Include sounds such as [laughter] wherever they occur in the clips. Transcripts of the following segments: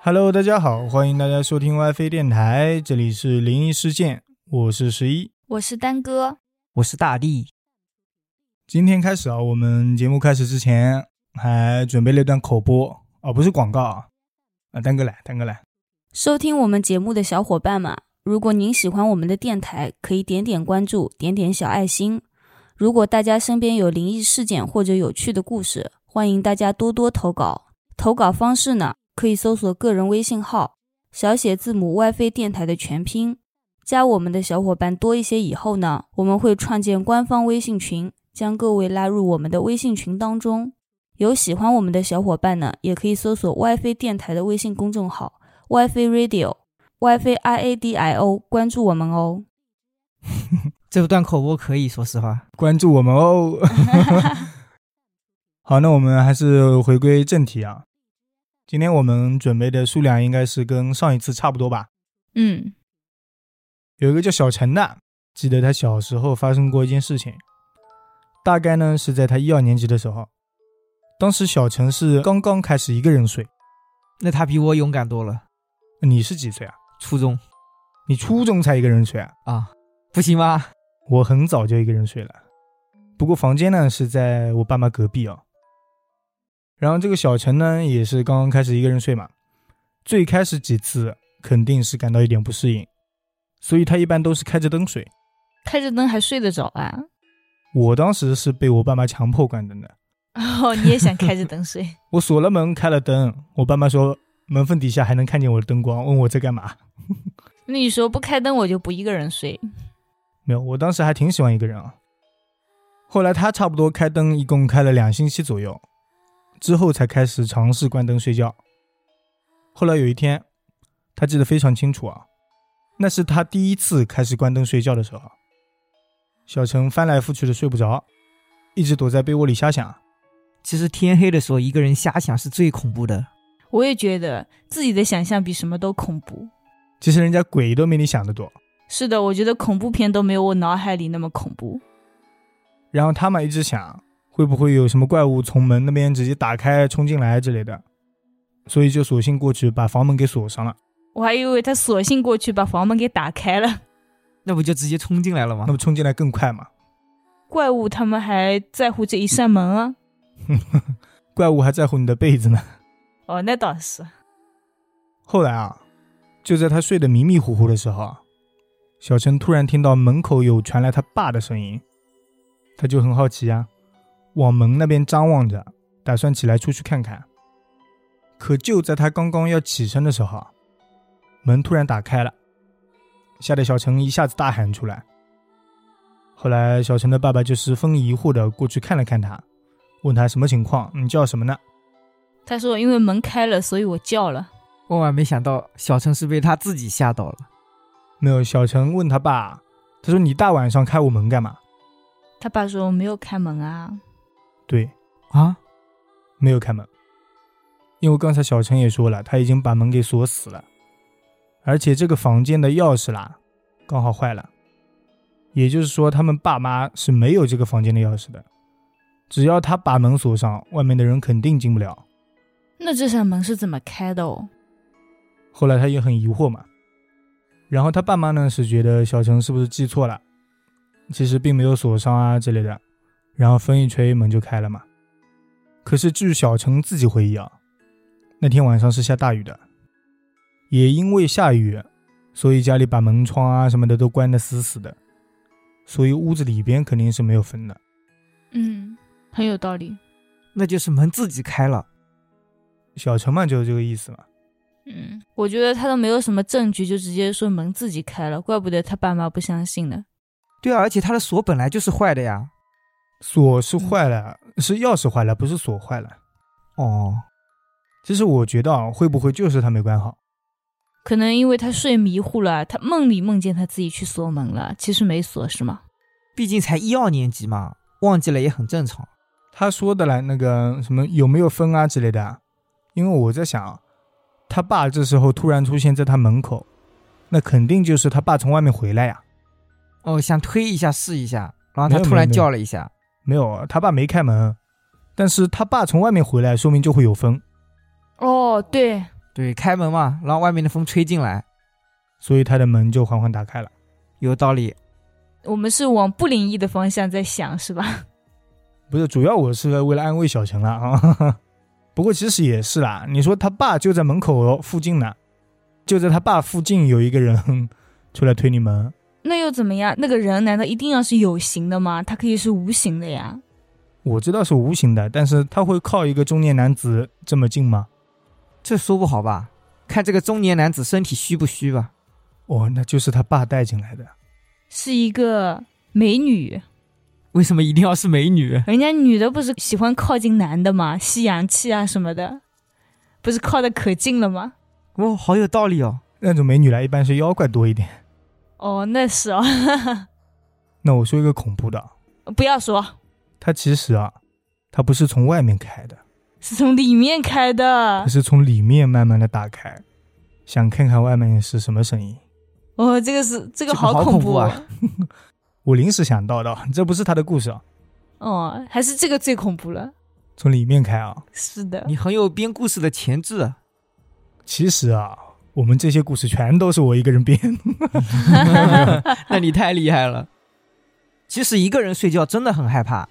Hello，大家好，欢迎大家收听 WiFi 电台，这里是灵异事件，我是十一。我是丹哥，我是大力，今天开始啊，我们节目开始之前还准备了一段口播啊，不是广告啊，啊，丹哥来，丹哥来，收听我们节目的小伙伴们，如果您喜欢我们的电台，可以点点关注，点点小爱心。如果大家身边有灵异事件或者有趣的故事，欢迎大家多多投稿。投稿方式呢，可以搜索个人微信号小写字母 WiFi 电台的全拼，加我们的小伙伴多一些以后呢，我们会创建官方微信群，将各位拉入我们的微信群当中。有喜欢我们的小伙伴呢，也可以搜索 WiFi 电台的微信公众号。WiFi Radio WiFi I A D I O，关注我们哦。这段口播可以说实话，关注我们哦。 [laughs] 好，那我们还是回归正题啊，今天我们准备的数量应该是跟上一次差不多吧。嗯，有一个叫小陈的，记得他小时候发生过一件事情，大概呢是在他一二年级的时候，当时小陈是刚刚开始一个人睡。那他比我勇敢多了。你是几岁啊？初中你初中才一个人睡啊？啊，不行吗？我很早就一个人睡了，不过房间呢是在我爸妈隔壁哦。然后这个小陈呢也是刚刚开始一个人睡嘛，最开始几次肯定是感到一点不适应，所以他一般都是开着灯睡。开着灯还睡得着啊？我当时是被我爸妈强迫关灯的，哦，你也想开着灯 [laughs] 睡？我锁了门，开了灯，我爸妈说门缝底下还能看见我的灯光，问我在干嘛。那你说不开灯我就不一个人睡。没有，我当时还挺喜欢一个人啊。后来他差不多开灯，一共开了两星期左右，之后才开始尝试关灯睡觉。后来有一天，他记得非常清楚啊，那是他第一次开始关灯睡觉的时候。啊小陈翻来覆去的睡不着，一直躲在被窝里瞎想。其实天黑的时候一个人瞎想是最恐怖的。我也觉得自己的想象比什么都恐怖。其实人家鬼都没你想的多。是的，我觉得恐怖片都没有我脑海里那么恐怖。然后他们一直想，会不会有什么怪物从门那边直接打开冲进来之类的，所以就索性过去把房门给锁上了。我还以为他索性过去把房门给打开了， [laughs] 那不就直接冲进来了吗那？不冲进来更快嘛？怪物他们还在乎这一扇门啊。怪物还在乎你的被子呢。哦，那倒是。后来啊，就在他睡得迷迷糊糊的时候啊，小陈突然听到门口有传来他爸的声音，他就很好奇啊，往门那边张望着，打算起来出去看看。可就在他刚刚要起身的时候啊，门突然打开了，吓得小陈一下子大喊出来。后来，小陈的爸爸就十分疑惑的过去看了看他，问他什么情况，你叫什么呢？他说因为门开了，所以我叫了。万万没想到小陈是被他自己吓到了。没有，小陈问他爸，他说：“你大晚上开我门干嘛他爸说我没有开门啊。？”对，啊，没有开门，因为刚才小陈也说了，他已经把门给锁死了，而且这个房间的钥匙啦，刚好坏了，也就是说，他们爸妈是没有这个房间的钥匙的，只要他把门锁上，外面的人肯定进不了。那这扇门是怎么开的哦？后来他也很疑惑嘛。然后他爸妈呢是觉得小陈是不是记错了，其实并没有锁上啊之类的，然后风一吹门就开了嘛。可是据小陈自己回忆啊，那天晚上是下大雨的，也因为下雨，所以家里把门窗啊什么的都关得死死的，所以屋子里边肯定是没有风的。嗯，很有道理。那就是门自己开了。小陈嘛就是这个意思嘛。嗯，我觉得他都没有什么证据，就直接说门自己开了，怪不得他爸妈不相信呢。对啊，而且他的锁本来就是坏的呀。锁是坏了，是钥匙坏了，不是锁坏了。哦，其实我觉得啊，会不会就是他没关好？可能因为他睡迷糊了，他梦里梦见他自己去锁门了，其实没锁是吗？毕竟才一二年级嘛，忘记了也很正常。他说的来那个什么有没有分啊之类的啊，因为我在想啊，他爸这时候突然出现在他门口，那肯定就是他爸从外面回来呀、哦，想推一下试一下，然后没他有突没有然没有叫了一下。没有啊，他爸没开门，但是他爸从外面回来，说明就会有风。哦，对，对，开门嘛，让外面的风吹进来，所以他的门就缓缓打开了。有道理。我们是往不灵异的方向在想，是吧？ [laughs] 不是，主要我是为了安慰小陈了啊。 [laughs] 不过其实也是啦，你说他爸就在门口附近呢，就在他爸附近有一个人出来推你门，那又怎么样？那个人难道一定要是有形的吗？他可以是无形的呀。我知道是无形的，但是他会靠一个中年男子这么近吗？这说不好吧？看这个中年男子身体虚不虚吧？哦，那就是他爸带进来的。是一个美女，为什么一定要是美女？人家女的不是喜欢靠近男的吗？吸氧气啊什么的，不是靠的可近了吗？哦，好有道理哦。那种美女来一般是妖怪多一点。哦，那是哦，那我说一个恐怖的啊，不要说， [laughs] 他其实啊，他不是从外面开的，是从里面开的他。是从里面慢慢的打开，想看看外面是什么声音。哦，这个是这这个个好恐恐怖啊！我临时想到的啊，这不是他的故事啊，哦，还是这个最恐怖了。从里面开啊。是的，你很有编故事的潜质。啊其实啊，我们这些故事全都是我一个人编。那你太厉害了。其实一个人睡觉真的很害怕。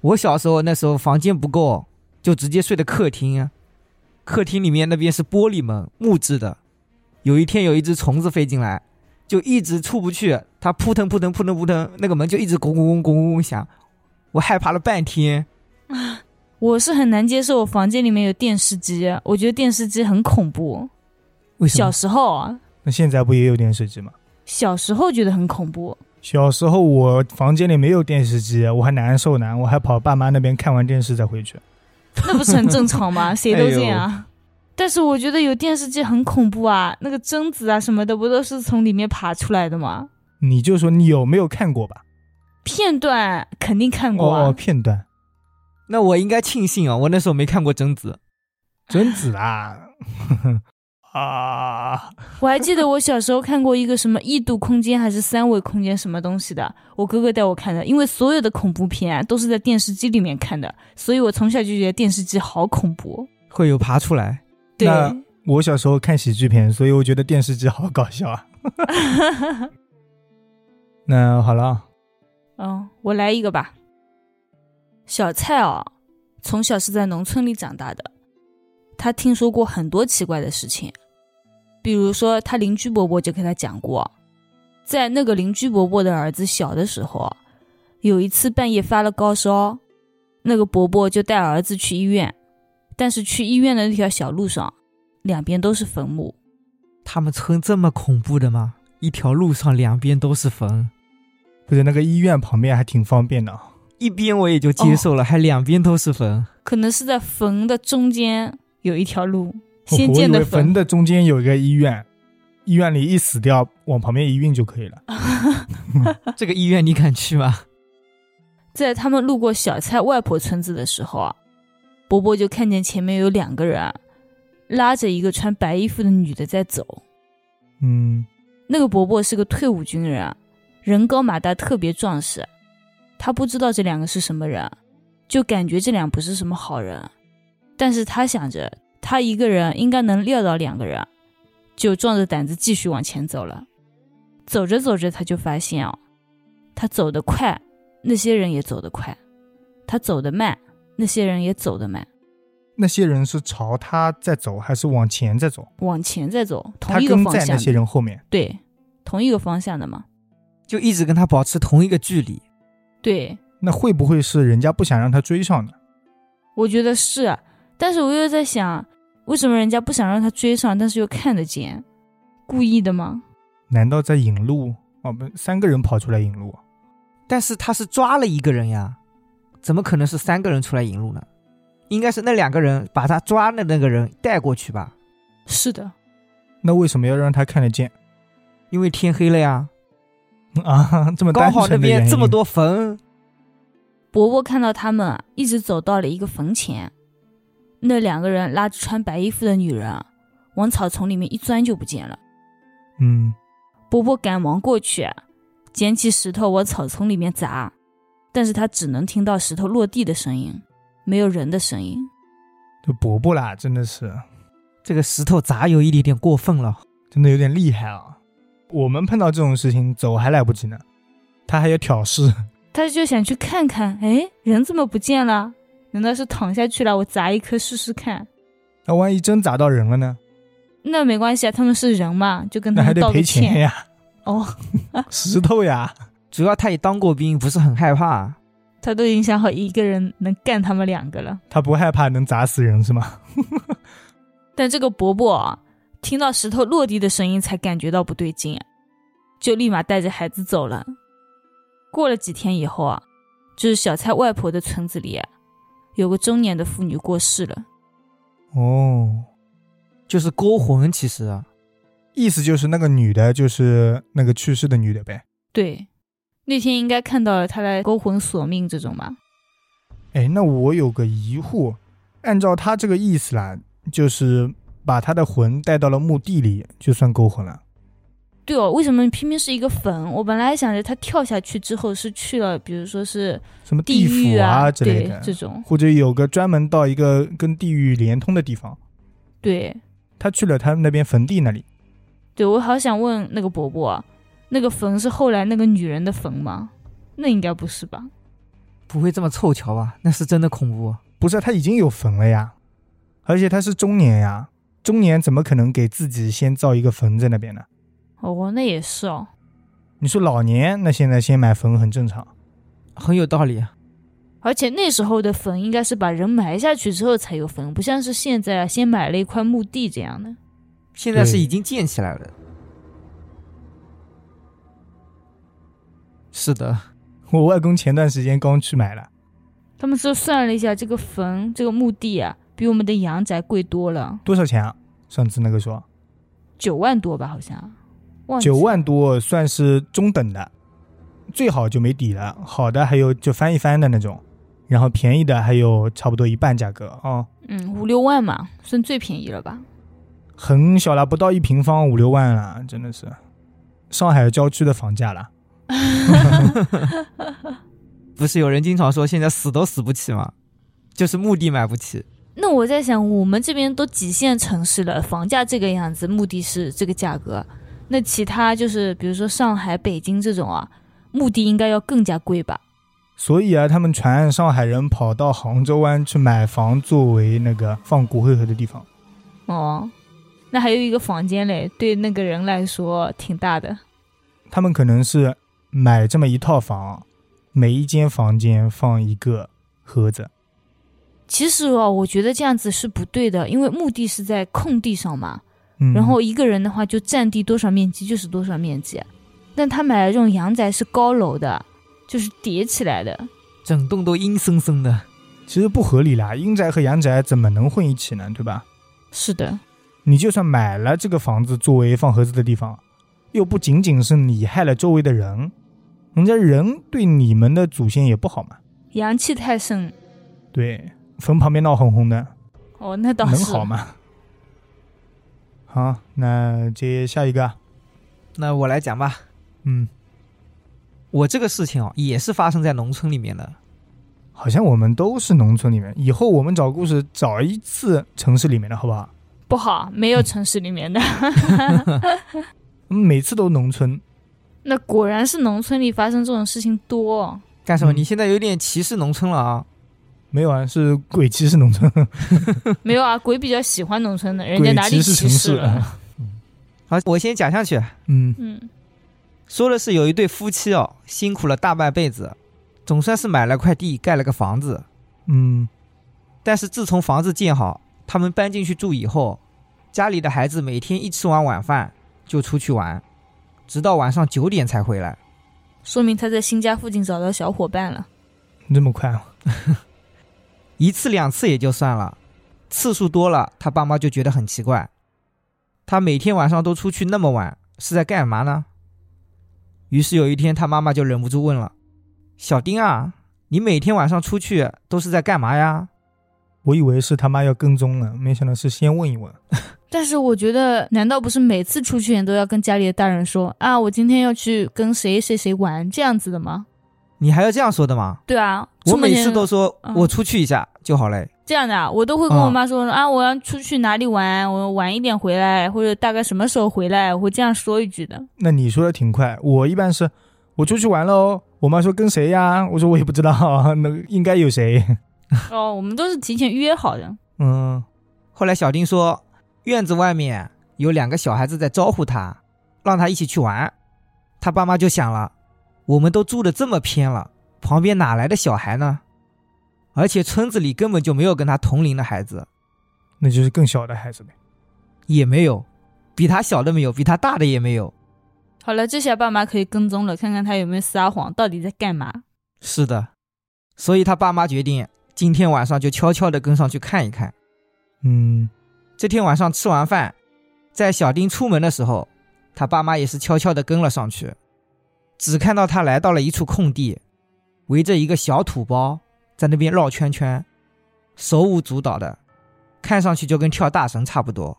我小时候那时候房间不够，就直接睡的客厅啊。客厅里面那边是玻璃门，木质的。有一天有一只虫子飞进来，就一直出不去，它扑腾扑腾扑腾扑腾，那个门就一直拱拱拱拱拱拱响，我害怕了半天。我是很难接受我房间里面有电视机，我觉得电视机很恐怖。为什小么？时候啊， [laughs] 那现在不也有电视机吗？小时候觉得很恐怖。小时候我房间里没有电视机，我还难受呢，我还跑爸妈那边看完电视再回去。那不是很正常 [laughs] 吗？谁都这样。哎啊。 [laughs] 但是我觉得有电视机很恐怖啊，那个贞子啊什么的，不都是从里面爬出来的吗？你就说你有没有看过吧？片段肯定看过啊。哦，片段那我应该庆幸啊，我那时候没看过贞子。贞子啦， [laughs] 啊，我还记得我小时候看过一个什么异度空间还是三维空间什么东西的，我哥哥带我看的。因为所有的恐怖片啊都是在电视机里面看的，所以我从小就觉得电视机好恐怖。会有爬出来，对，那我小时候看喜剧片，所以我觉得电视机好搞笑啊。那好了，嗯，我来一个吧。小蔡哦，从小是在农村里长大的，他听说过很多奇怪的事情，比如说他邻居伯伯就跟他讲过，在那个邻居伯伯的儿子小的时候，有一次半夜发了高烧，那个伯伯就带儿子去医院，但是去医院的那条小路上，两边都是坟墓，他们村这么恐怖的吗？一条路上两边都是坟。不是那个医院旁边还挺方便的啊，一边我也就接受了，还两边都是 [laughs] 坟。可能是在坟的中间有一条路，先哦我以建为的坟的中间有一个医院，医院里一死掉往旁边一运就可以了。这个医院你敢去吗？在他们路过小蔡外婆村子的时候啊，伯伯就看见前面有两个人啊拉着一个穿白衣服的女的在走。嗯，那个伯伯是个退伍军人啊，人高马大，特别壮实。他不知道这两个是什么人，就感觉这俩不是什么好人。但是他想着，他一个人应该能撂倒两个人，就壮着胆子继续往前走了。走着走着，他就发现哦，他走得快，那些人也走得快；他走得慢，那些人也走得慢。那些人是朝他在走，还是往前在走？往前在走，他同一个跟方在那向些的，人后面。对，同一个方向的嘛。就一直跟他保持同一个距离。对，那会不会是人家不想让他追上呢？我觉得是啊，但是我又在想，为什么人家不想让他追上，但是又看得见，故意的吗？难道在引路？哦，不，三个人跑出来引路啊，但是他是抓了一个人呀，怎么可能是三个人出来引路呢？应该是那两个人把他抓的那个人带过去吧，是的，那为什么要让他看得见 [laughs] 因为天黑了呀，啊？这么刚单好纯的那边原这么因，多坟，伯伯看到他们啊，一直走到了一个坟前，那两个人拉着穿白衣服的女人啊，往草丛里面一钻就不见了。嗯，伯伯赶忙过去啊，捡起石头往草丛里面砸，但是他只能听到石头落地的声音，没有人的声音。就伯伯啦，真的是这个石头砸有一点点过分了。真的有点厉害啊！我们碰到这种事情走还来不及呢，他还要挑事， [laughs] 他就想去看看，哎，人怎么不见了？难道是躺下去了？我砸一颗试试看？那万一真砸到人了呢？那没关系啊，他们是人嘛，就跟嗯那他还们得道个赔钱歉。呀，哦， [laughs] [laughs] 石头呀，主要他也当过兵，不是很害怕。他都已经想好一个人能干他们两个了。他不害怕能砸死人是吗？但这个伯伯啊，听到石头落地的声音才感觉到不对劲，就立马带着孩子走了。过了几天以后啊，就是小蔡外婆的村子里、啊，有个中年的妇女过世了。哦，就是勾魂，其实啊意思就是那个女的，就是那个去世的女的呗。对，那天应该看到了他来勾魂索命这种吧？哎，那我有个疑惑，按照他这个意思啦，就是把他的魂带到了墓地里，就算勾魂了。对哦，为什么偏偏是一个坟？我本来想着他跳下去之后是去了，比如说是什么地狱府啊之类对的，这种，或者有个专门到一个跟地狱连通的地方，对他去了他们那边坟地那里。对，我好想问那个伯伯，那个坟是后来那个女人的坟吗？那应该不是吧？不会这么凑巧吧？那是真的恐怖。不是，他已经有坟了呀，而且他是中年呀，中年怎么可能给自己先造一个坟在那边呢？哦，那也是哦。你说老年，那现在先买坟很正常。很有道理。啊而且那时候的坟应该是把人埋下去之后才有坟，不像是现在啊，先买了一块墓地这样的。现在是对已经建起来了。是的，我外公前段时间刚去买了，他们就算了一下，这个坟这个墓地啊，比我们的阳宅贵多了，多少钱啊？上次那个说九万多吧，好像。忘记九了万多，算是中等的，最好就没底了，好的还有就翻一翻的那种，然后便宜的还有差不多一半价格啊、哦嗯，五六万嘛，算最便宜了吧？ [laughs] 很小了，不到一平方五六万了，真的是上海郊区的房价了。不是有人经常说现在死都死不起吗？就是墓地买不起。那我在想，我们这边都几线城市了，房价这个样子，墓地是这个价格，那其他就是比如说上海、北京这种啊，墓地应该要更加贵吧？所以啊，他们传上海人跑到杭州湾去买房，作为那个放骨灰盒的地方。哦，那还有一个房间嘞，对那个人来说挺大的。他们可能是买这么一套房，每一间房间放一个盒子。其实哦，我觉得这样子是不对的，因为墓地是在空地上嘛，嗯，然后一个人的话就占地多少面积就是多少面积。但他买的这种阳宅是高楼的，就是叠起来的。整栋都阴森森的，其实不合理啦，阴宅和阳宅怎么能混一起呢？对吧？是的，你就算买了这个房子作为放盒子的地方，又不仅仅是你害了周围的人，人家人对你们的祖先也不好嘛。阳气太盛。对，坟旁边闹哄哄的，哦，那倒能是。好吗？好，那接下一个啊，那我来讲吧。嗯，我这个事情哦，也是发生在农村里面的。好像我们都是农村里面，以后我们找故事找一次城市里面的好不好？不好，没有城市里面 [laughs] 的。嗯每次都农村，那果然是农村里发生这种事情多哦。干什么？嗯你现在有点歧视农村了啊？没有啊，是鬼骑士农村， [laughs] 没有啊，鬼比较喜欢农村的，人家鬼哪里骑士歧城视市。了？ [laughs] 好，我先讲下去。嗯，嗯，说的是有一对夫妻哦，辛苦了大半辈子，总算是买了块地，盖了个房子。嗯，但是自从房子建好，他们搬进去住以后，家里的孩子每天一吃完晚饭就出去玩，直到晚上九点才回来。说明他在新家附近找到小伙伴了。这么快啊？一次两次也就算了，次数多了，他爸妈就觉得很奇怪，他每天晚上都出去那么晚，是在干嘛呢？于是有一天，他妈妈就忍不住问了：“小丁啊，你每天晚上出去都是在干嘛呀我以为是他妈要跟踪呢，没想到是先问一问。但是我觉得，难道不是每次出去也都要跟家里的大人说啊，我今天要去跟谁谁谁玩这样子的吗？？”你还要这样说的吗？对啊，我出门每前次都说嗯我出去一下就好嘞。这样的啊，我都会跟我嗯妈说、啊，我要出去哪里玩，我晚一点回来，或者大概什么时候回来，我会这样说一句的。 [laughs] 那你说的挺快，我一般是我出去玩了哦。我妈说跟谁呀？我说我也不知道， [laughs] 那应该有谁。 [laughs] 哦，我们都是提前约好的。嗯，后来小丁说，院子外面有两个小孩子在招呼他，让他一起去玩。他爸妈就想了，我们都住的这么偏了，旁边哪来的小孩呢？而且村子里根本就没有跟他同龄的孩子，那就是更小的孩子呗。也没有，比他小的没有，比他大的也没有。好了，这下爸妈可以跟踪了，看看他有没有撒谎，到底在干嘛。是的，所以他爸妈决定今天晚上就悄悄的跟上去看一看。嗯，这天晚上吃完饭，在小丁出门的时候，他爸妈也是悄悄地跟了上去。只看到他来到了一处空地，围着一个小土包在那边绕圈圈，手舞足蹈的，看上去就跟跳大神差不多。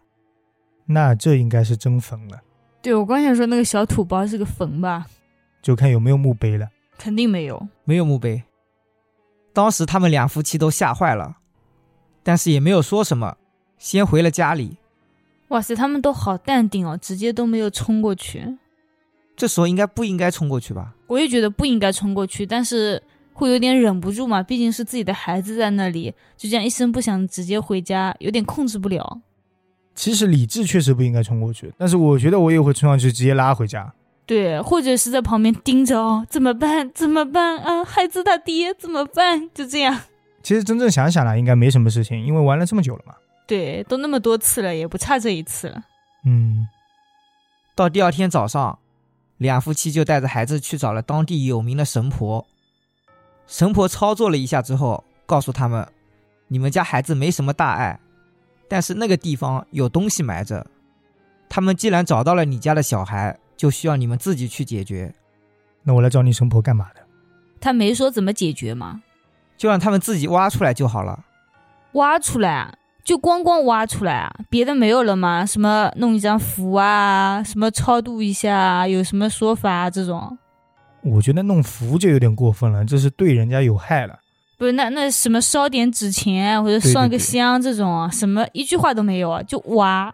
那这应该是真粉了，对我刚想说那个小土包是个坟吧，就看有没有墓碑了。肯定没有。没有墓碑。当时他们两夫妻都吓坏了，但是也没有说什么，先回了家里。哇塞，他们都好淡定哦，直接都没有冲过去。这时候应该不应该冲过去吧？我也觉得不应该冲过去，但是会有点忍不住嘛，毕竟是自己的孩子在那里，就这样一声不响直接回家，有点控制不了。其实理智确实不应该冲过去，但是我觉得我也会冲上去直接拉回家。对，或者是在旁边盯着哦，怎么办？怎么办啊？孩子他爹怎么办？就这样。其实真正想想啦，应该没什么事情，因为玩了这么久了嘛。对，都那么多次了，也不差这一次了。嗯，到第二天早上，两夫妻就带着孩子去找了当地有名的神婆。神婆操作了一下之后，告诉他们：“你们家孩子没什么大碍，但是那个地方有东西埋着。他们既然找到了你家的小孩，就需要你们自己去解决，那我来找你神婆干嘛的？他没说怎么解决嘛，就让他们自己挖出来就好了。挖出来啊，就光光挖出来啊，别的没有了吗？什么弄一张符啊，什么超度一下啊，有什么说法啊这种？我觉得弄符就有点过分了，这是对人家有害了。不是，那那什么烧点纸钱啊或者对对上个对香这种啊，什么一句话都没有啊，就挖。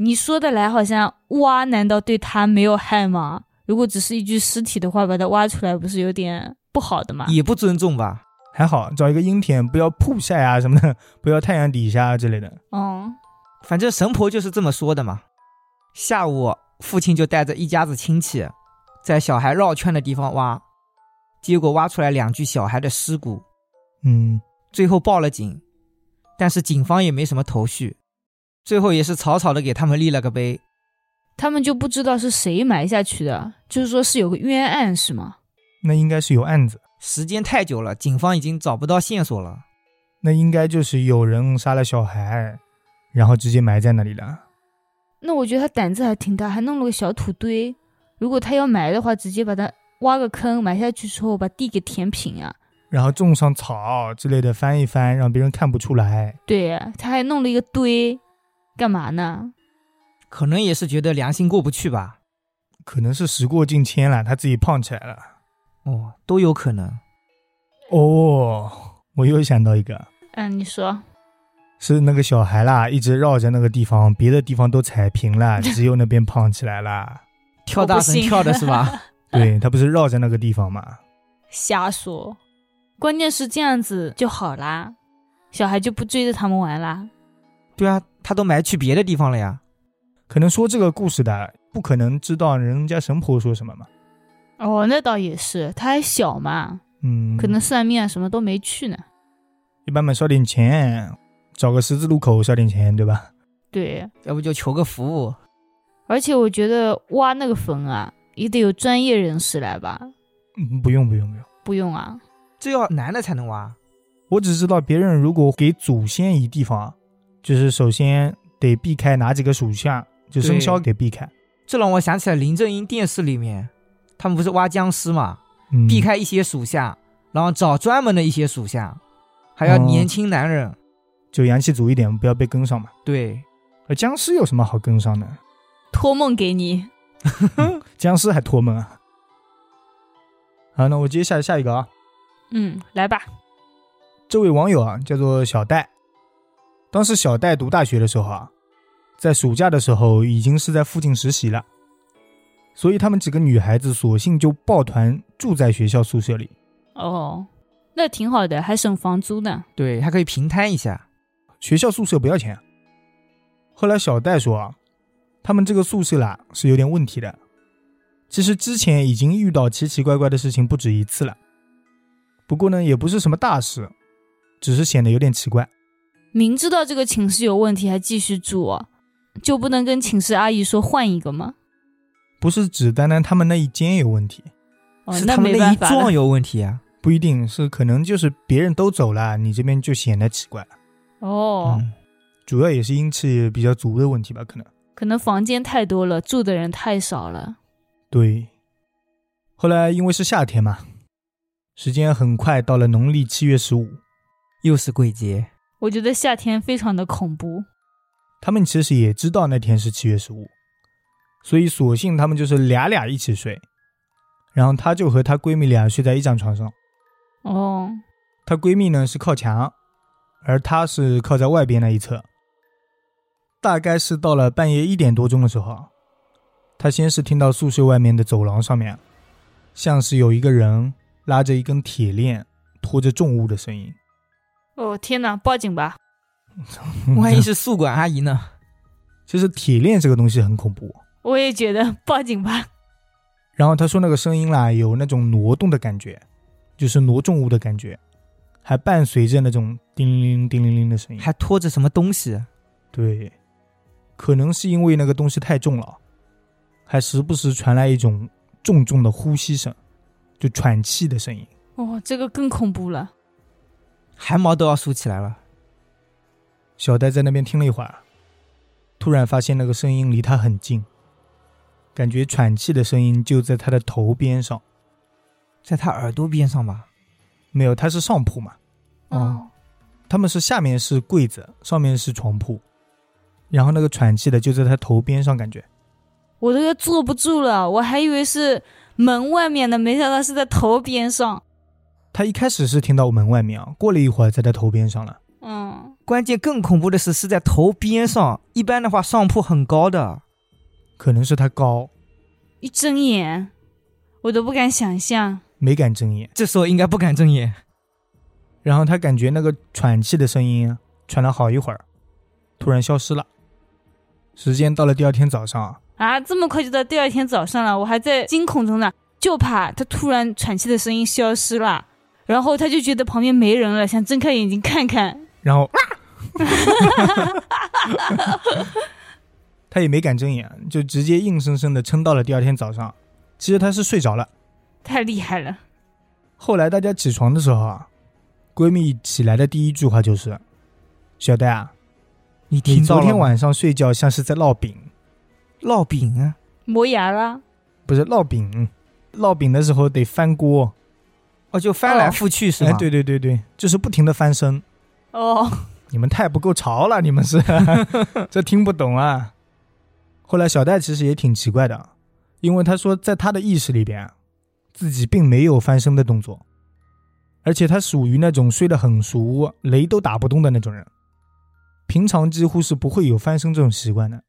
你说的来好像挖，难道对他没有害吗？如果只是一具尸体的话，把它挖出来不是有点不好的吗？也不尊重吧？还好找一个阴天，不要曝晒啊什么的， [laughs] 不要太阳底下啊之类的。嗯，反正神婆就是这么说的嘛。下午，父亲就带着一家子亲戚，在小孩绕圈的地方挖，结果挖出来两具小孩的尸骨，嗯，最后报了警，但是警方也没什么头绪，最后也是草草的给他们立了个碑。他们就不知道是谁埋下去的，就是说是有个冤案是吗？那应该是有案子，时间太久了，警方已经找不到线索了。那应该就是有人杀了小孩，然后直接埋在那里了。那我觉得他胆子还挺大，还弄了个小土堆。如果他要埋的话，直接把它挖个坑埋下去之后，把地给填平啊。然后种上草之类的，翻一翻，让别人看不出来。对，他还弄了一个堆，干嘛呢？可能也是觉得良心过不去吧，可能是时过境迁了，他自己胖起来了。哦，都有可能。哦，我又想到一个，嗯，你说，是那个小孩啦，一直绕着那个地方，别的地方都踩平了，只有那边胖起来啦。跳大我神不信 [laughs] 跳的是吧？对他不是绕着那个地方嘛？瞎说。关键是这样子就好啦，小孩就不追着他们玩啦。对啊，他都埋去别的地方了呀。可能说这个故事的，不可能知道人家神婆说什么嘛。哦，那倒也是，他还小嘛，嗯，可能算命啊什么都没去呢。一般嘛，烧点钱，找个十字路口烧点钱，对吧？ [laughs] 对，要不就求个服务，而且我觉得挖那个坟啊，也得有专业人士来吧？嗯，不用不用不用，不用啊，这要男的才能挖。我只知道别人如果给祖先一地方，就是首先得避开哪几个属相，就生肖给避开，这让我想起来林正英电视里面，他们不是挖僵尸嘛，嗯、避开一些属下，然后找专门的一些属下，还要哦年轻男人。就阳气足一点，不要被跟上嘛。对，而僵尸有什么好跟上的？托梦给你。僵尸还托梦啊！好，那我接下下一个啊，嗯，来吧。这位网友啊叫做小戴，当时小戴读大学的时候啊，在暑假的时候已经是在附近实习了，所以他们几个女孩子索性就抱团住在学校宿舍里。哦，那挺好的，还省房租呢。对，还可以平摊一下。学校宿舍不要钱。啊后来小戴说啊，他们这个宿舍啦是有点问题的。其实之前已经遇到奇奇怪怪的事情不止一次了，不过呢也不是什么大事，只是显得有点奇怪。明知道这个寝室有问题还继续住、哦，就不能跟寝室阿姨说换一个吗？不是只单单他们那一间有问题，哦是，那他们没那办一法了幢。有问题啊。不一定是可能就是别人都走了，你这边就显得奇怪了。哦，嗯，主要也是阴气比较足的问题吧，可能。可能房间太多了，住的人太少了。对，后来因为是夏天嘛，时间很快到了农历七月十五，又是鬼节，我觉得夏天非常的恐怖。他们其实也知道那天是七月十五，所以索性他们就是俩俩一起睡，然后她就和她闺蜜俩睡在一张床上，哦，她闺蜜呢是靠墙，而她是靠在外边那一侧。大概是到了半夜一点多钟的时候，她先是听到宿舍外面的走廊上面，像是有一个人拉着一根铁链拖着重物的声音。哦天哪，报警吧！万一是宿管阿姨呢？其实铁链这个东西很恐怖。我也觉得报警吧。然后他说那个声音啦，有那种挪动的感觉，就是挪重物的感觉，还伴随着那种叮铃铃、叮铃铃的声音。还拖着什么东西？对，可能是因为那个东西太重了，还时不时传来一种重重的呼吸声，就喘气的声音。哦，这个更恐怖了。汗毛都要竖起来了。小戴在那边听了一会儿，突然发现那个声音离他很近，感觉喘气的声音就在他的头边上。在他耳朵边上吧。没有，他是上铺嘛，哦，他们是下面是柜子，上面是床铺，然后那个喘气的就在他头边上，感觉我都要坐不住了，我还以为是门外面的，没想到是在头边上。他一开始是听到门外面啊，过了一会儿在他头边上了，嗯，关键更恐怖的是是在头边上，一般的话上铺很高的，可能是他高，一睁眼，我都不敢想象。没敢睁眼，这时候应该不敢睁眼。然后他感觉那个喘气的声音啊传了好一会儿，突然消失了。时间到了第二天早上啊，啊，这么快就到第二天早上了，我还在惊恐中呢，就怕他突然喘气的声音消失了，然后他就觉得旁边没人了，想睁开眼睛看看。然后， [laughs] 他也没敢睁眼，就直接硬生生的撑到了第二天早上。其实他是睡着了。太厉害了，后来大家起床的时候啊，闺蜜起来的第一句话就是：“小戴啊，你你听到昨了天吗晚上睡觉像是在烙饼，烙饼啊，磨牙了。不是烙饼，嗯烙饼的时候得翻锅。哦，就翻来覆去是吗？哎，对对对对，就是不停的翻身。哦，你们太不够潮了，你们 [laughs] 是，这听不懂啊。后来小戴其实也挺奇怪的，因为他说在他的意识里边，自己并没有翻身的动作，而且他属于那种睡得很熟，雷都打不动的那种人，平常几乎是不会有翻身这种习惯的。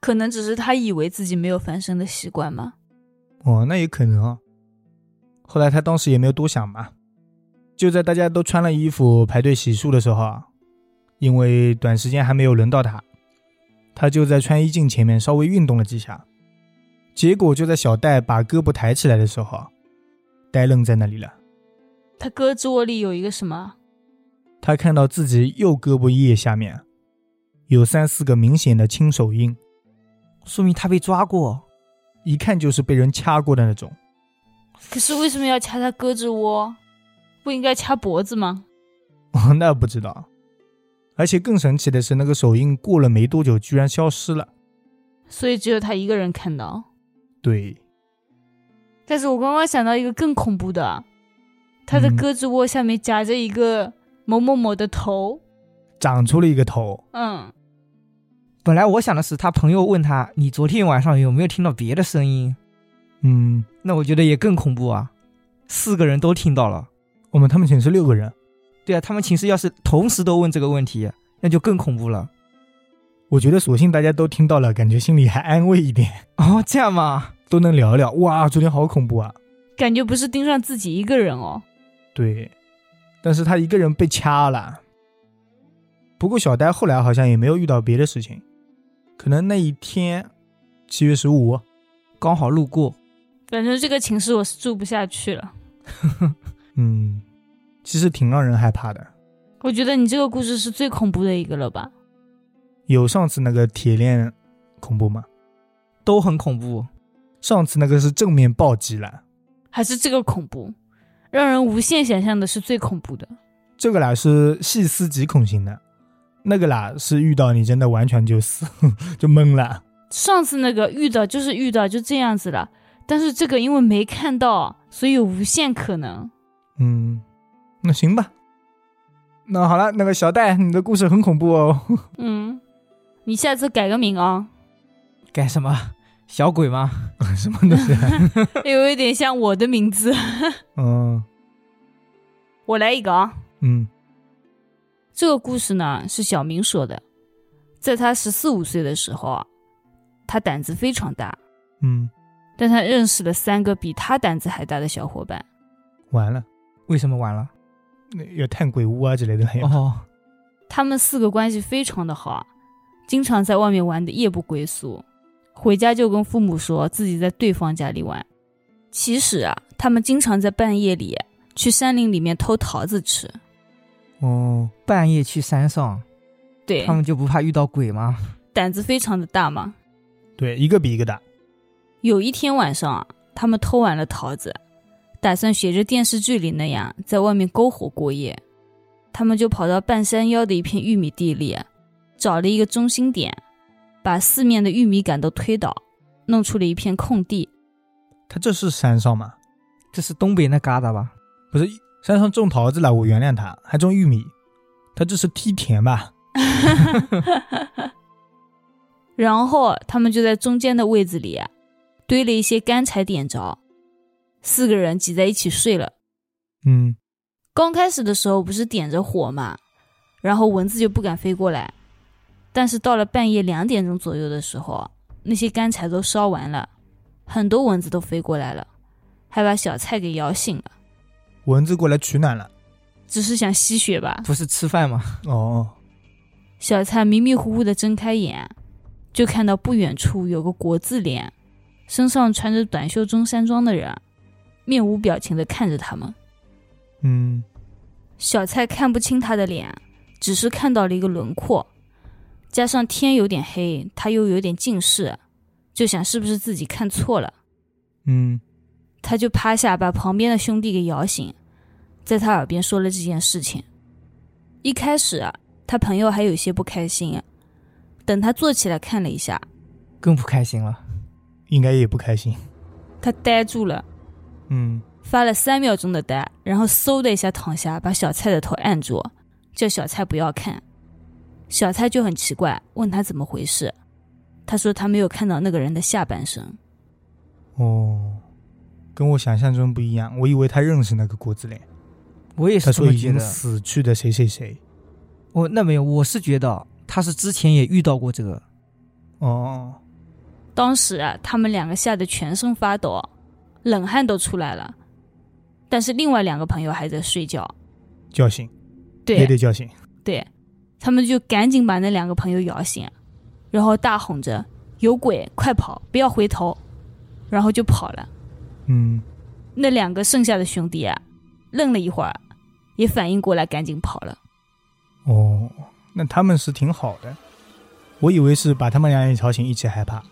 可能只是他以为自己没有翻身的习惯嘛。哦，那也可能啊。后来他当时也没有多想嘛，就在大家都穿了衣服排队洗漱的时候啊，因为短时间还没有轮到他，他就在穿衣镜前面稍微运动了几下，结果就在小戴把胳膊抬起来的时候啊，呆愣在那里了。他胳肢窝里有一个什么？他看到自己右胳膊腋下面啊有三四个明显的青手印，说明他被抓过。一看就是被人掐过的那种。可是为什么要掐他胳肢窝？不应该掐脖子吗？哦， [laughs] 那不知道。而且更神奇的是，那个手印过了没多久，居然消失了。所以只有他一个人看到。对，但是我刚刚想到一个更恐怖的，啊他的嗯胳肢窝下面夹着一个某某某的头，长出了一个头。嗯，本来我想的是，他朋友问他：“你昨天晚上有没有听到别的声音嗯，？”那我觉得也更恐怖啊。四个人都听到了。我们他们寝室六个人，对啊，他们寝室要是同时都问这个问题，那就更恐怖了。 [laughs] 我觉得索性大家都听到了，感觉心里还安慰一点，哦，这样吗？都能聊一聊。哇，昨天好恐怖啊！感觉不是盯上自己一个人哦。对，但是他一个人被掐了。不过小呆后来好像也没有遇到别的事情，可能那一天，七月十五，刚好路过，反正这个寝室我是住不下去了。嗯，其实挺让人害怕的。我觉得你这个故事是最恐怖的一个了吧？有上次那个铁链恐怖吗？都很恐怖。上次那个是正面暴击了，还是这个恐怖，让人无限想象的是最恐怖的。这个啦是细思极恐型的，那个啦是遇到你真的完全就死 [laughs] 就懵了。上次那个遇到就是遇到，就这样子了。但是这个因为没看到，所以有无限可能。嗯，那行吧。那好了，那个小戴，你的故事很恐怖哦。 [laughs] 嗯，你下次改个名啊，干什么？小鬼吗？什么东西、啊？ [laughs] [laughs] 有一点像我的名字。嗯 [laughs] 我来一个啊，嗯这个故事呢是小明说的，在他十四五岁的时候啊，他胆子非常大，嗯，但他认识了三个比他胆子还大的小伙伴。完了，为什么完了？那有探鬼屋啊之类的没有？哦，他们四个关系非常的好啊，经常在外面玩的夜不归宿，回家就跟父母说自己在对方家里玩。其实啊，他们经常在半夜里去山林里面偷桃子吃。哦，哎半夜去山上，对他，们就不怕遇到鬼吗？胆子非常的大嘛。对，一个比一个大。有一天晚上啊，他们偷完了桃子，打算学着电视剧里那样在外面篝火过夜。他们就跑到半山腰的一片玉米地里，找了一个中心点，把四面的玉米杆都推倒，弄出了一片空地。 [laughs] 他这是山上吗？这是东北那旮瘩吧？不是山上种桃子了，我原谅他，还种玉米，他这是梯田吧？然后他们就在中间的位置里啊，堆了一些干柴点着，四个人挤在一起睡了。嗯刚开始的时候不是点着火嘛，然后蚊子就不敢飞过来。但是到了半夜两点钟左右的时候，那些干柴都烧完了，很多蚊子都飞过来了，还把小蔡给咬醒了。蚊子过来取暖了。只是想吸血吧。不是吃饭吗？哦，小蔡迷迷糊糊的睁开眼，就看到不远处有个国字脸，身上穿着短袖中山装的人，面无表情的看着他们。嗯，小蔡看不清他的脸，只是看到了一个轮廓，加上天有点黑，他又有点近视，就想是不是自己看错了。嗯，他就趴下把旁边的兄弟给摇醒，在他耳边说了这件事情。一开始啊，他朋友还有些不开心啊，等他坐起来看了一下，更不开心了。应该也不开心。他呆住了，嗯，发了三秒钟的呆，然后嗖的一下躺下，把小蔡的头按住，叫小蔡不要看。小蔡就很奇怪，问他怎么回事，他说他没有看到那个人的下半身。哦，跟我想象中不一样，我以为他认识那个国字脸，我也他是这说么已觉经得。死去的谁谁谁。我那没有，我是觉得他是之前也遇到过这个。哦，当时啊，他们两个吓得全身发抖，冷汗都出来了。但是另外两个朋友还在睡觉，叫醒也对得叫醒。对，他们就赶紧把那两个朋友摇醒，然后大吼着：“有鬼，快跑，不要回头！”然后就跑了。嗯，那两个剩下的兄弟啊，愣了一会儿，也反应过来，赶紧跑了。哦，那他们是挺好的，我以为是把他们俩也吵醒一起害 [laughs] 怕，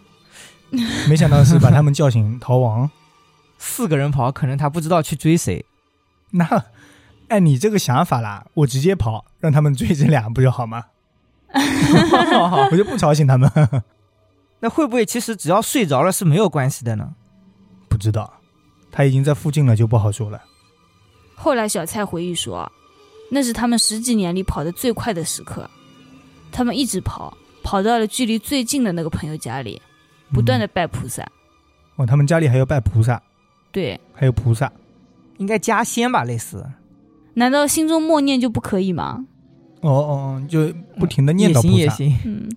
没想到是把他们叫醒逃亡。四个人跑，可能他不知道去追谁。 [laughs] 那按你这个想法啦，我直接跑，让他们追这俩不就好吗？我就不吵醒他们。 [laughs] 那会不会其实只要睡着了是没有关系的呢？不知道，他已经在附近了，就不好说了。后来小蔡回忆说，那是他们十几年里跑得最快的时刻，他们一直跑，跑到了距离最近的那个朋友家里，嗯不断的拜菩萨。哦，他们家里还要拜菩萨，对，还有菩萨，应该加仙吧，类似难道心中默念就不可以吗？哦哦哦，就不停的念也叨行菩也萨。行。嗯，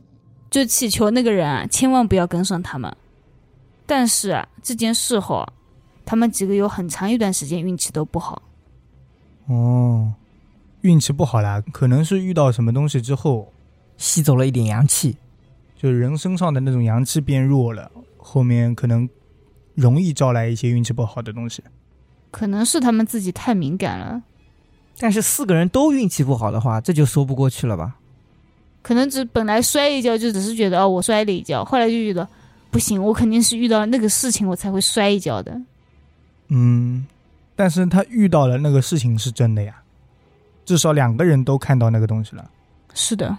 就祈求那个人啊，千万不要跟上他们。但是啊，这件事后啊，他们几个有很长一段时间运气都不好。哦，运气不好啦，可能是遇到什么东西之后，吸走了一点阳气，就是人身上的那种阳气变弱了，后面可能容易招来一些运气不好的东西。可能是他们自己太敏感了，但是四个人都运气不好的话，这就说不过去了吧？可能只本来摔一跤就只是觉得哦，我摔了一跤，后来就觉得不行，我肯定是遇到那个事情我才会摔一跤的。嗯，但是他遇到了那个事情是真的呀，至少两个人都看到那个东西了。是的，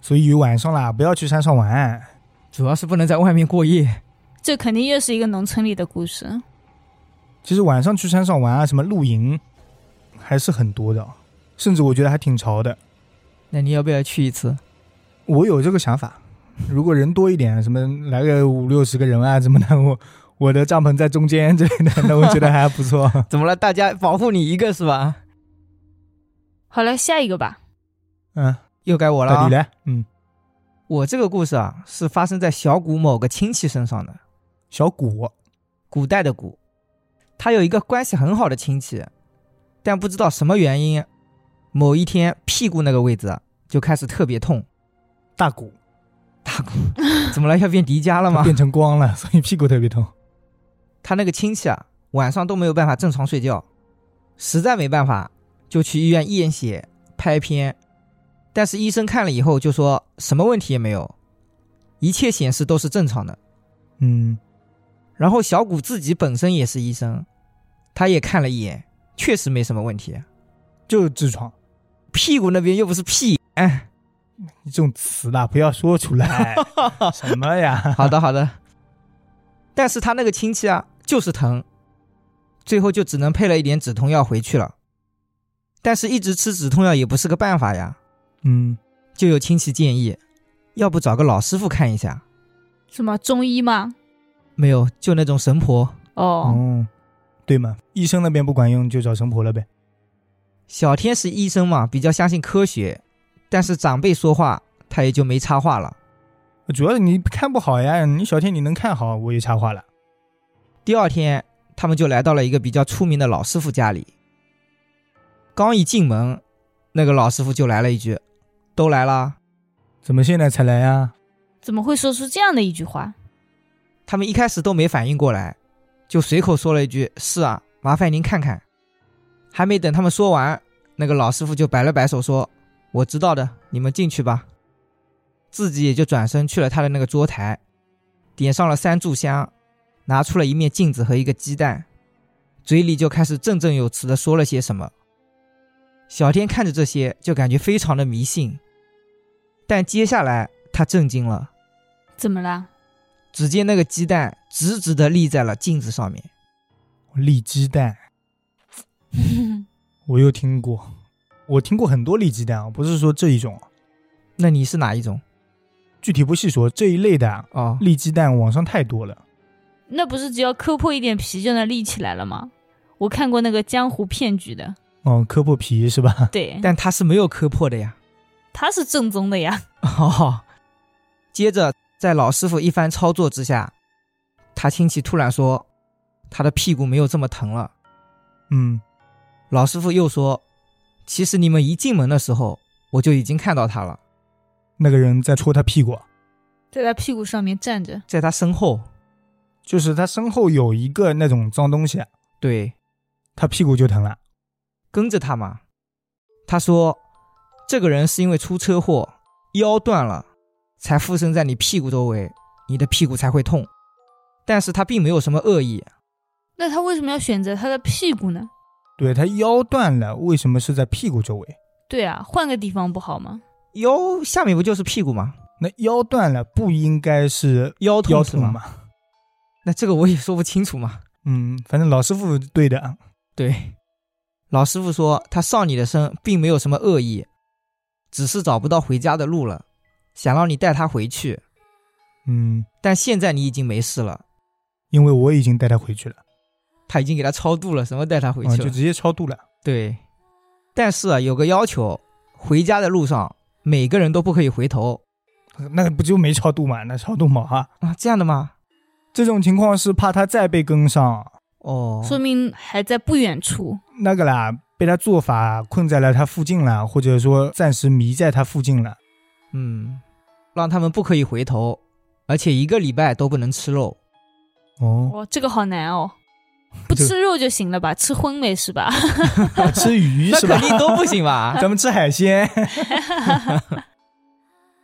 所以晚上啦，不要去山上玩。主要是不能在外面过夜。这肯定又是一个农村里的故事。其实晚上去山上玩啊，什么露营，还是很多的，甚至我觉得还挺潮的。那你要不要去一次？我有这个想法，如果人多一点，什么来个五六十个人啊，什么的， [laughs] 我我的帐篷在中间之类的，那我觉得还不错。怎么了？大家保护你一个是吧？好了，下一个吧。嗯，又该我了、到啊你。来，嗯，我这个故事啊，是发生在小谷某个亲戚身上的。小谷，古代的古，他有一个关系很好的亲戚，但不知道什么原因，某一天屁股那个位置啊就开始特别痛。大谷，怎么了？要变迪迦了它 [laughs] 吗？变成光了，所以屁股特别痛。他那个亲戚啊，晚上都没有办法正常睡觉，实在没办法就去医院验血拍片，但是医生看了以后就说什么问题也没有，一切显示都是正常的。嗯，然后小谷自己本身也是医生，他也看了一眼，确实没什么问题，就是痔疮屁股那边又不是屁。哎，这种词啦，不要说出来。 [laughs] 什么 [laughs] 呀？好的好的。但是他那个亲戚啊，就是疼，最后就只能配了一点止痛药回去了。但是，一直吃止痛药也不是个办法呀。嗯，就有亲戚建议，要不找个老师傅看一下。什么中医吗？没有，就那种神婆。哦，哦，对嘛，医生那边不管用，就找神婆了呗。小天使医生嘛，比较相信科学，但是长辈说话他也就没插话了。主要你看不好呀，你小天你能看好，我也插话了。第二天，他们就来到了一个比较出名的老师傅家里。刚一进门，那个老师傅就来了一句：“都来啦怎么现在才来啊呀？怎么会说出这样的一句话？！”他们一开始都没反应过来，就随口说了一句：“是啊，麻烦您看看。”还没等他们说完，那个老师傅就摆了摆手说：“我知道的，你们进去吧。”自己也就转身去了他的那个桌台，点上了三炷香，拿出了一面镜子和一个鸡蛋，嘴里就开始振振有词的说了些什么。小天看着这些，就感觉非常的迷信。但接下来他震惊了，怎么啦？只见那个鸡蛋直直的立在了镜子上面。立鸡蛋，我又听过，我听过很多立鸡蛋啊，不是说这一种，那你是哪一种？具体不细说。这一类的啊哦，立鸡蛋网上太多了。 [laughs] 那不是只要磕破一点皮就能立起来了吗？我看过那个江湖骗局的，哦，磕破皮是吧？ [laughs] 对，但它是没有磕破的呀。他是正宗的呀。哦，接着在老师傅一番操作之下，他亲戚突然说，他的屁股没有这么疼了。嗯，老师傅又说，其实你们一进门的时候，我就已经看到他了，那个人在戳他屁股，啊在他屁股上面站着，在他身后。就是他身后有一个那种脏东西，啊对，他屁股就疼了。跟着他嘛。他说，这个人是因为出车祸腰断了，才附身在你屁股周围，你的屁股才会痛。但是他并没有什么恶意，那他为什么要选择他的屁股呢？对他腰断了，为什么是在屁股周围？对啊，换个地方不好吗？腰下面不就是屁股吗？那腰断了不应该是腰腰痛是痛吗？吗？那这个我也说不清楚嘛。嗯，反正老师傅对的啊。对，老师傅说他上你的身并没有什么恶意，只是找不到回家的路了，想让你带他回去。嗯，但现在你已经没事了，因为我已经带他回去了。他已经给他超度了，什么带他回啊，去就了。直接超度了。对，但是啊，有个要求，回家的路上每个人都不可以回头那不就没超度吗？那超度嘛哈，啊，这样的吗？这种情况是怕他再被跟上哦，说明还在不远处。那个啦，被他做法困在了他附近了，或者说暂时迷在他附近了。嗯，让他们不可以回头，而且一个礼拜都不能吃肉。哦，哇，这个好 [laughs] 难哦。不吃肉就行了吧？吃荤类是吧？ [laughs] 吃 [laughs] 鱼那是吧肯？定都不 [laughs] 行吧？咱们吃海 [laughs] 鲜，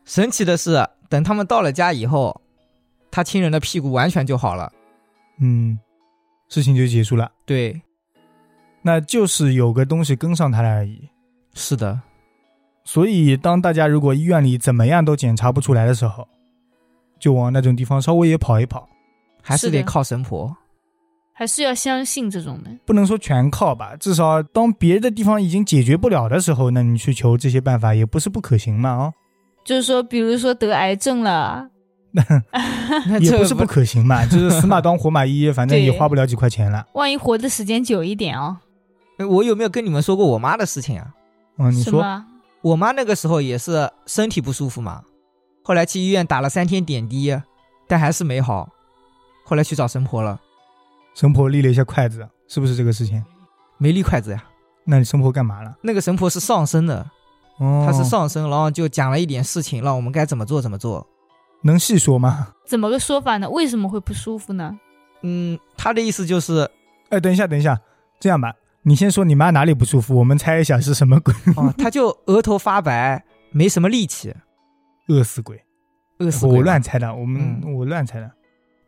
神奇的是，啊等他们到了家以后，他亲人的屁股完全就好了。嗯，事情就结束了。对，那就是有个东西跟上他了而已。是的，所以，当大家如果医院里怎么样都检查不出来的时候，就往那种地方稍微也跑一跑，还是是的得靠 [laughs] 神婆。还是要相信这种的。不能说全靠吧，至少当别的地方已经解决不了的时候，那你去求这些办法也不是不可行嘛啊、就是说，比如说得癌症了，啊那也这不是不可行 [laughs] 嘛，就是死马当活马医，反正也花不了几块钱了。万一活的时间久一点哦。我有没有跟你们说过我妈的事情啊？嗯，你什说么？我妈那个时候也是身体不舒服嘛，后来去医院打了三天点滴，但还是没好。后来去找神婆了，神婆立了一下筷子，是不是这个事情？没立筷子呀。那你神婆干嘛了？那个神婆是上身的，哦，她是上身，然后就讲了一点事情，让我们该怎么做怎么做。能细说吗？怎么个说法呢？为什么会不舒服呢？嗯，她的意思就是，哎，等一下，等一下，这样吧，你先说你妈哪里不舒服，我们猜一下是什么鬼，哦，她就额头发白，没什么力气，饿死鬼，饿死鬼我了乱猜的，我们、嗯我乱猜的。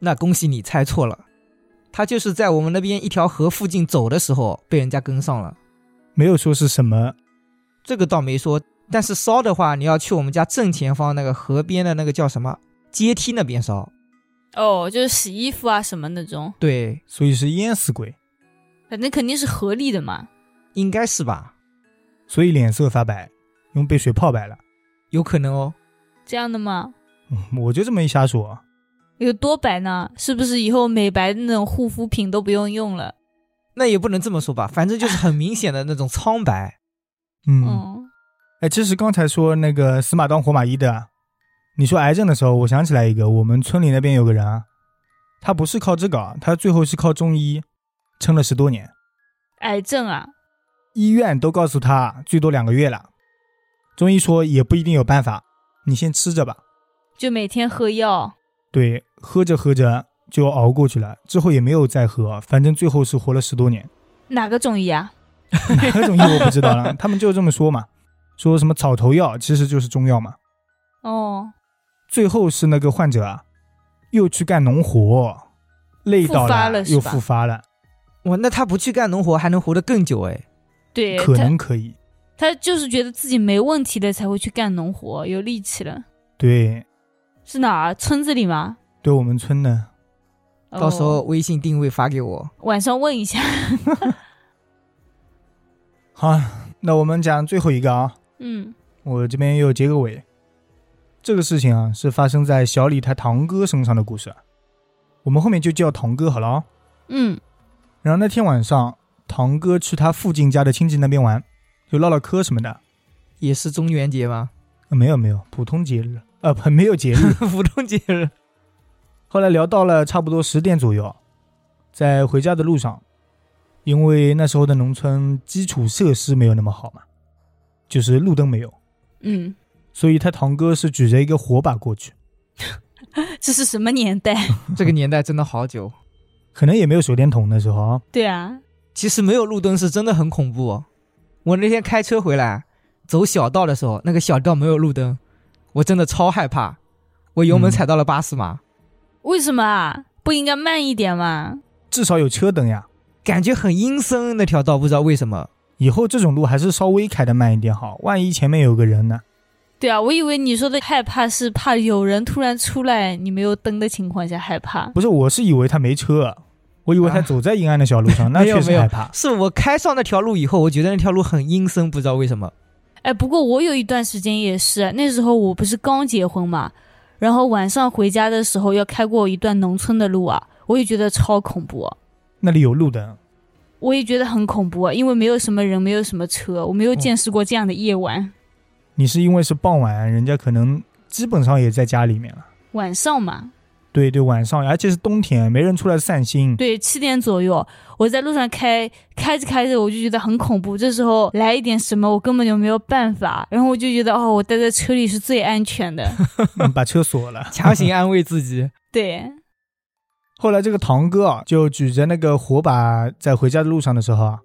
那恭喜你猜错了，她就是在我们那边一条河附近走的时候被人家跟上了，没有说是什么，这个倒没说。但是烧的话，你要去我们家正前方那个河边的那个叫什么阶梯那边烧。哦，就是洗衣服啊什么那种，对，所以是淹死鬼，反正肯定是合理的嘛。应该是吧？所以脸色发白，因为被水泡白了。有可能哦。这样的吗？嗯我就这么一瞎说，有多白呢？是不是以后美白的那种护肤品都不用用了？那也不能这么说吧，反正就是很明显的那种苍白。 [laughs] 嗯，嗯，哎，其实刚才说那个死马当活马医的，啊你说癌症的时候，我想起来一个，我们村里那边有个人啊，他不是靠这个啊，他最后是靠中医撑了十多年，癌症啊，医院都告诉他最多两个月了，中医说也不一定有办法，你先吃着吧。就每天喝药。对，喝着喝着就熬过去了，之后也没有再喝，反正最后是活了十多年。 [laughs] 哪个中医啊？哪个中医我不知道了，他们就这么说嘛，说什么草头药其实就是中药嘛。哦，最后是那个患者啊，又去干农活，累到复发了是又吧复发了，哇，那他不去干农活还能活得更久哎。对，可能可以。他他就是觉得自己没问题了才会去干农活，有力气了。对，是哪儿？村子里吗？对我们村呢，哦到时候微信定位发给我。晚上问一下。好，那我们讲最后一个啊，嗯，我这边又结个尾。这个事情啊，是发生在小李他堂哥身上的故事，啊我们后面就叫堂哥好了啊、嗯，然后那天晚上，堂哥去他附近家的亲戚那边玩，就唠唠嗑什么的。也是中元节吗？ [laughs] 呃没有没有，普通节日，呃，不没有节日，普通节日。后来聊到了差不多十点左右，在回家的路上，因为那时候的农村基础设施没有那么好嘛，就是路灯没有，嗯，所以他堂哥是举着一个火把过去，这是什么年代？ [laughs] 这个年代真的好久。可能也没有手电筒那时候啊，对啊，其实没有路灯是真的很恐怖、哦。我那天开车回来，走小道的时候，那个小道没有路灯，我真的超害怕。我油门嗯踩到了巴士码，为什么啊？不应该慢一点吗？至少有车灯呀。感觉很阴森。那条道不知道为什么，以后这种路还是稍微开的慢一点好，万一前面有个人呢？对啊，我以为你说的害怕是怕有人突然出来，你没有灯的情况下害怕。不是，我是以为他没车，我以为他啊走在阴暗的小路 [laughs] 上，那没有确实没有害怕。是我开上那条路以后，我觉得那条路很阴森，不知道为什么。哎，不过我有一段时间也是，啊那时候我不是刚结婚嘛，然后晚上回家的时候要开过一段农村的路啊，我也觉得超恐怖。那里有路灯，我也觉得很恐怖，啊因为没有什么人，没有什么车，我没嗯有见识过这样的夜晚。你是因为是傍晚，人家可能基本上也在家里面了。晚上嘛，对对，晚上，而且是冬天，没人出来散心。对，七点左右，我在路上开，开着开着我就觉得很恐怖。这时候来一点什么，我根本就没有办法。然后我就觉得，哦，我待在车里是最安全 [laughs] 的。嗯把车锁了。强行安慰自己。对，后来这个堂哥啊，就举着那个火把，在回家的路上的时候啊，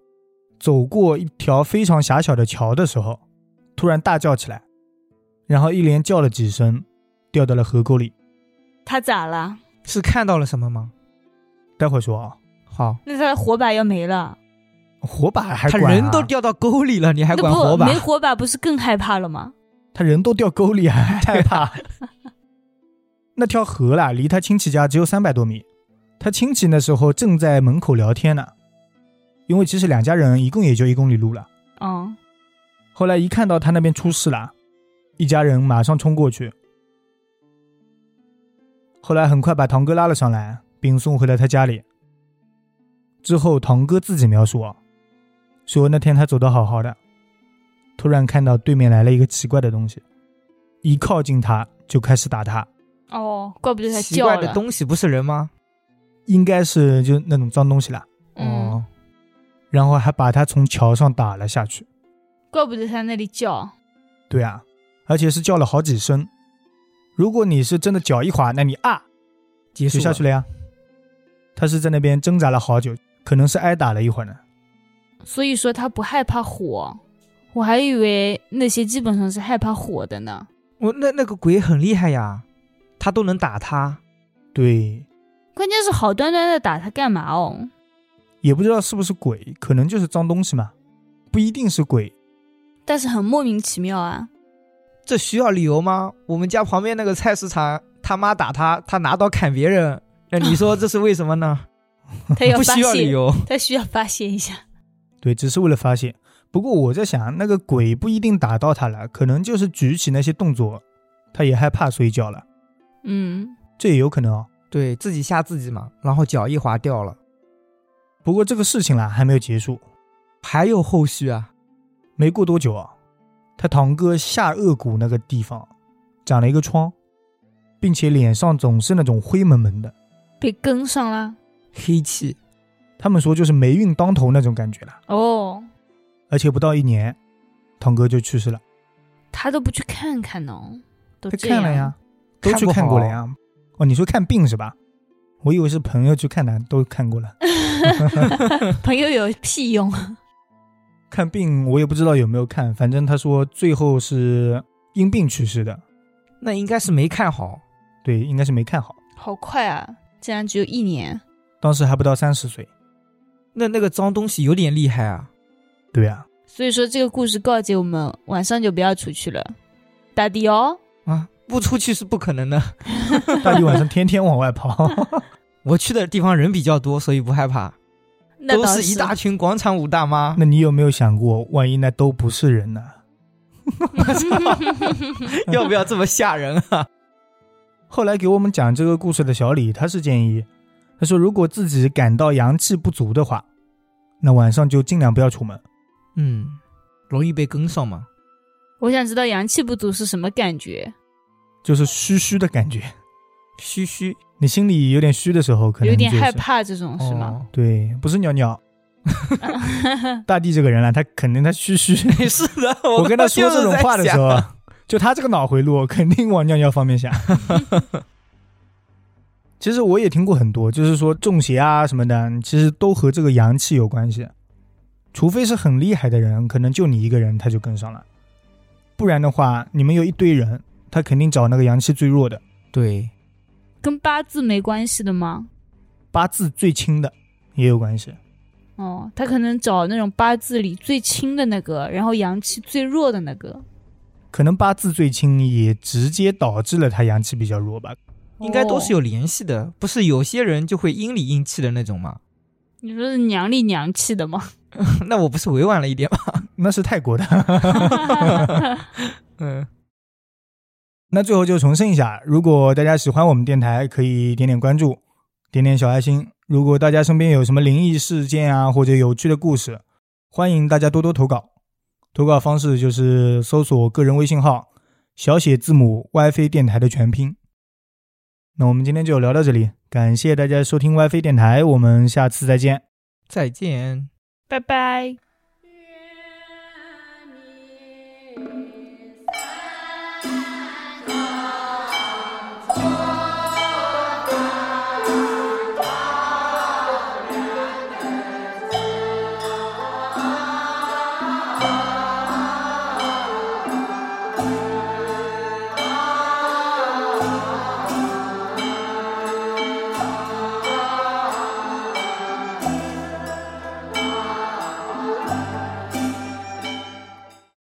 走过一条非常狭小的桥的时候，突然大叫起来，然后一连叫了几声，掉到了河沟里。他咋了？ [laughs] 是看到了什么吗？待会儿说啊，好，那他的火把要没了，火把还他管、啊、人都掉到沟里了，你还那管火不把？没火把不是更害怕了吗？他人都掉沟里，还害怕。那条河啦，离他亲戚家只有三百多米。他亲戚那时候正在门口聊天呢，因为其实两家人一共也就一公里路了。嗯，后来一看到他那边出事了，一家人马上冲过去。后来很快把堂哥拉了上来，并送回了他家里。之后，堂哥自己描述啊，说那天他走的好好的，突然看到对面来了一个奇怪的东西，一靠近他就开始打他，哦，怪不得他奇叫怪了的。东西不是人吗？应该是就那种脏东西啦，嗯，哦，然后还把他从桥上打了下去。怪不得他那里叫。对啊，而且是叫了好几声。如果你是真的脚一滑，那你啊结束就了下去了呀。他是在那边挣扎了好久，可能是挨打了一会儿呢。所以说他不害怕火，我还以为那些基本上是害怕火的呢。我那那个鬼很厉害呀，他都能打他。对，关键是好端端的打他干嘛哦？也不知道是不是鬼，可能就是脏东西嘛，不一定是鬼。但是很莫名其妙 [laughs] 啊。这需要理由吗？我们家旁边那个菜市场，他妈打他，他拿刀砍别人，那你说这是为什么呢？他要不发需 [laughs] 要理泄，由。他需要发泄一下。对，只是为了发泄。不过我在想，那个鬼不一定打到他了，可能就是举起那些动作，他也害怕，所以叫了，嗯，这也有可能哦。对自己吓自己嘛，然后脚一滑掉了，不过这个事情啦还没有结束，还有后续啊？没过多久啊，他堂哥下颚骨那个地方长了一个疮，并且脸上总是那种灰蒙蒙的。被跟上了。黑气，他们说就是霉运当头那种感觉了。哦，而且不到一年，堂哥就去世了。他都不去看看呢，都他这样看了呀，，都去啊看看不过好了呀。哦，你说看病是吧？我以为是朋友去看的，都看 [laughs] 过了。朋友有屁用？啊看病我也不知道有没有看，反正他说最后是因病去世的，那应该是没看好。对，应该是没看好。好快啊，竟然只有一年。当时还不到三十岁，那那个脏东西有点厉害啊，对啊，所以说这个故事告诫我们，晚上就不要出去了，打的哦。啊，不出去是不可能的。大弟晚上天天往外跑。我去的地方人比较多，所以不害怕，那都倒是一大群广场舞大妈。 [laughs] 那你有没有想过，万一那都不是人呢？ [laughs] 要不要这么吓人啊？后来给我们讲这个故事的小李，他是建议，他说如果自己感到阳气不足的话，那晚上就尽量不要出门。 [laughs] 嗯，容易被跟上嘛。我想知道阳气不足是什么感觉，就是虚虚的感觉，嘘嘘，你心里有点虚的时候，可能、有就是、点害。怕这种是吗？哦？对，不是尿 [laughs] 尿。大地这个人啊，他肯定他虚虚。 [laughs] 没事的， [laughs] 我跟他刚说刚这就是种在话的时想候，啊， [laughs] 就他这个脑回路，肯定往尿尿方 [laughs] 面想。其实我也听过很多，就是说中邪啊什么的，其实都和这个阳气有关系。除非是很厉害的人，可能就你一个人他就跟上了，不然的话，你们有一堆人，他肯定找那个阳气最弱的，对，跟八字没关系的吗？八字最轻的也有关系。哦，他可能找那种八字里最轻的那个，然后阳气最弱的那个，可能八字最轻也直接导致了他阳气比较弱吧。应该都是有。有联系的，不是有些人就会阴里阴气的那种吗？你说是娘里娘气的吗？ [laughs] [laughs] 那我不是委婉了一点吗？那是泰国的。嗯，那最后就重申一下，如果大家喜欢我们电台，可以点点关注，点点小爱心，如果大家身边有什么灵异事件啊，或者有趣的故事，欢迎大家多多投稿。投稿方式就是搜索个人微信号小写字母 WiFi 电台的全拼。那我们今天就聊到这里，感谢大家收听 WiFi 电台，我们下次再见。再见。拜拜。愿你。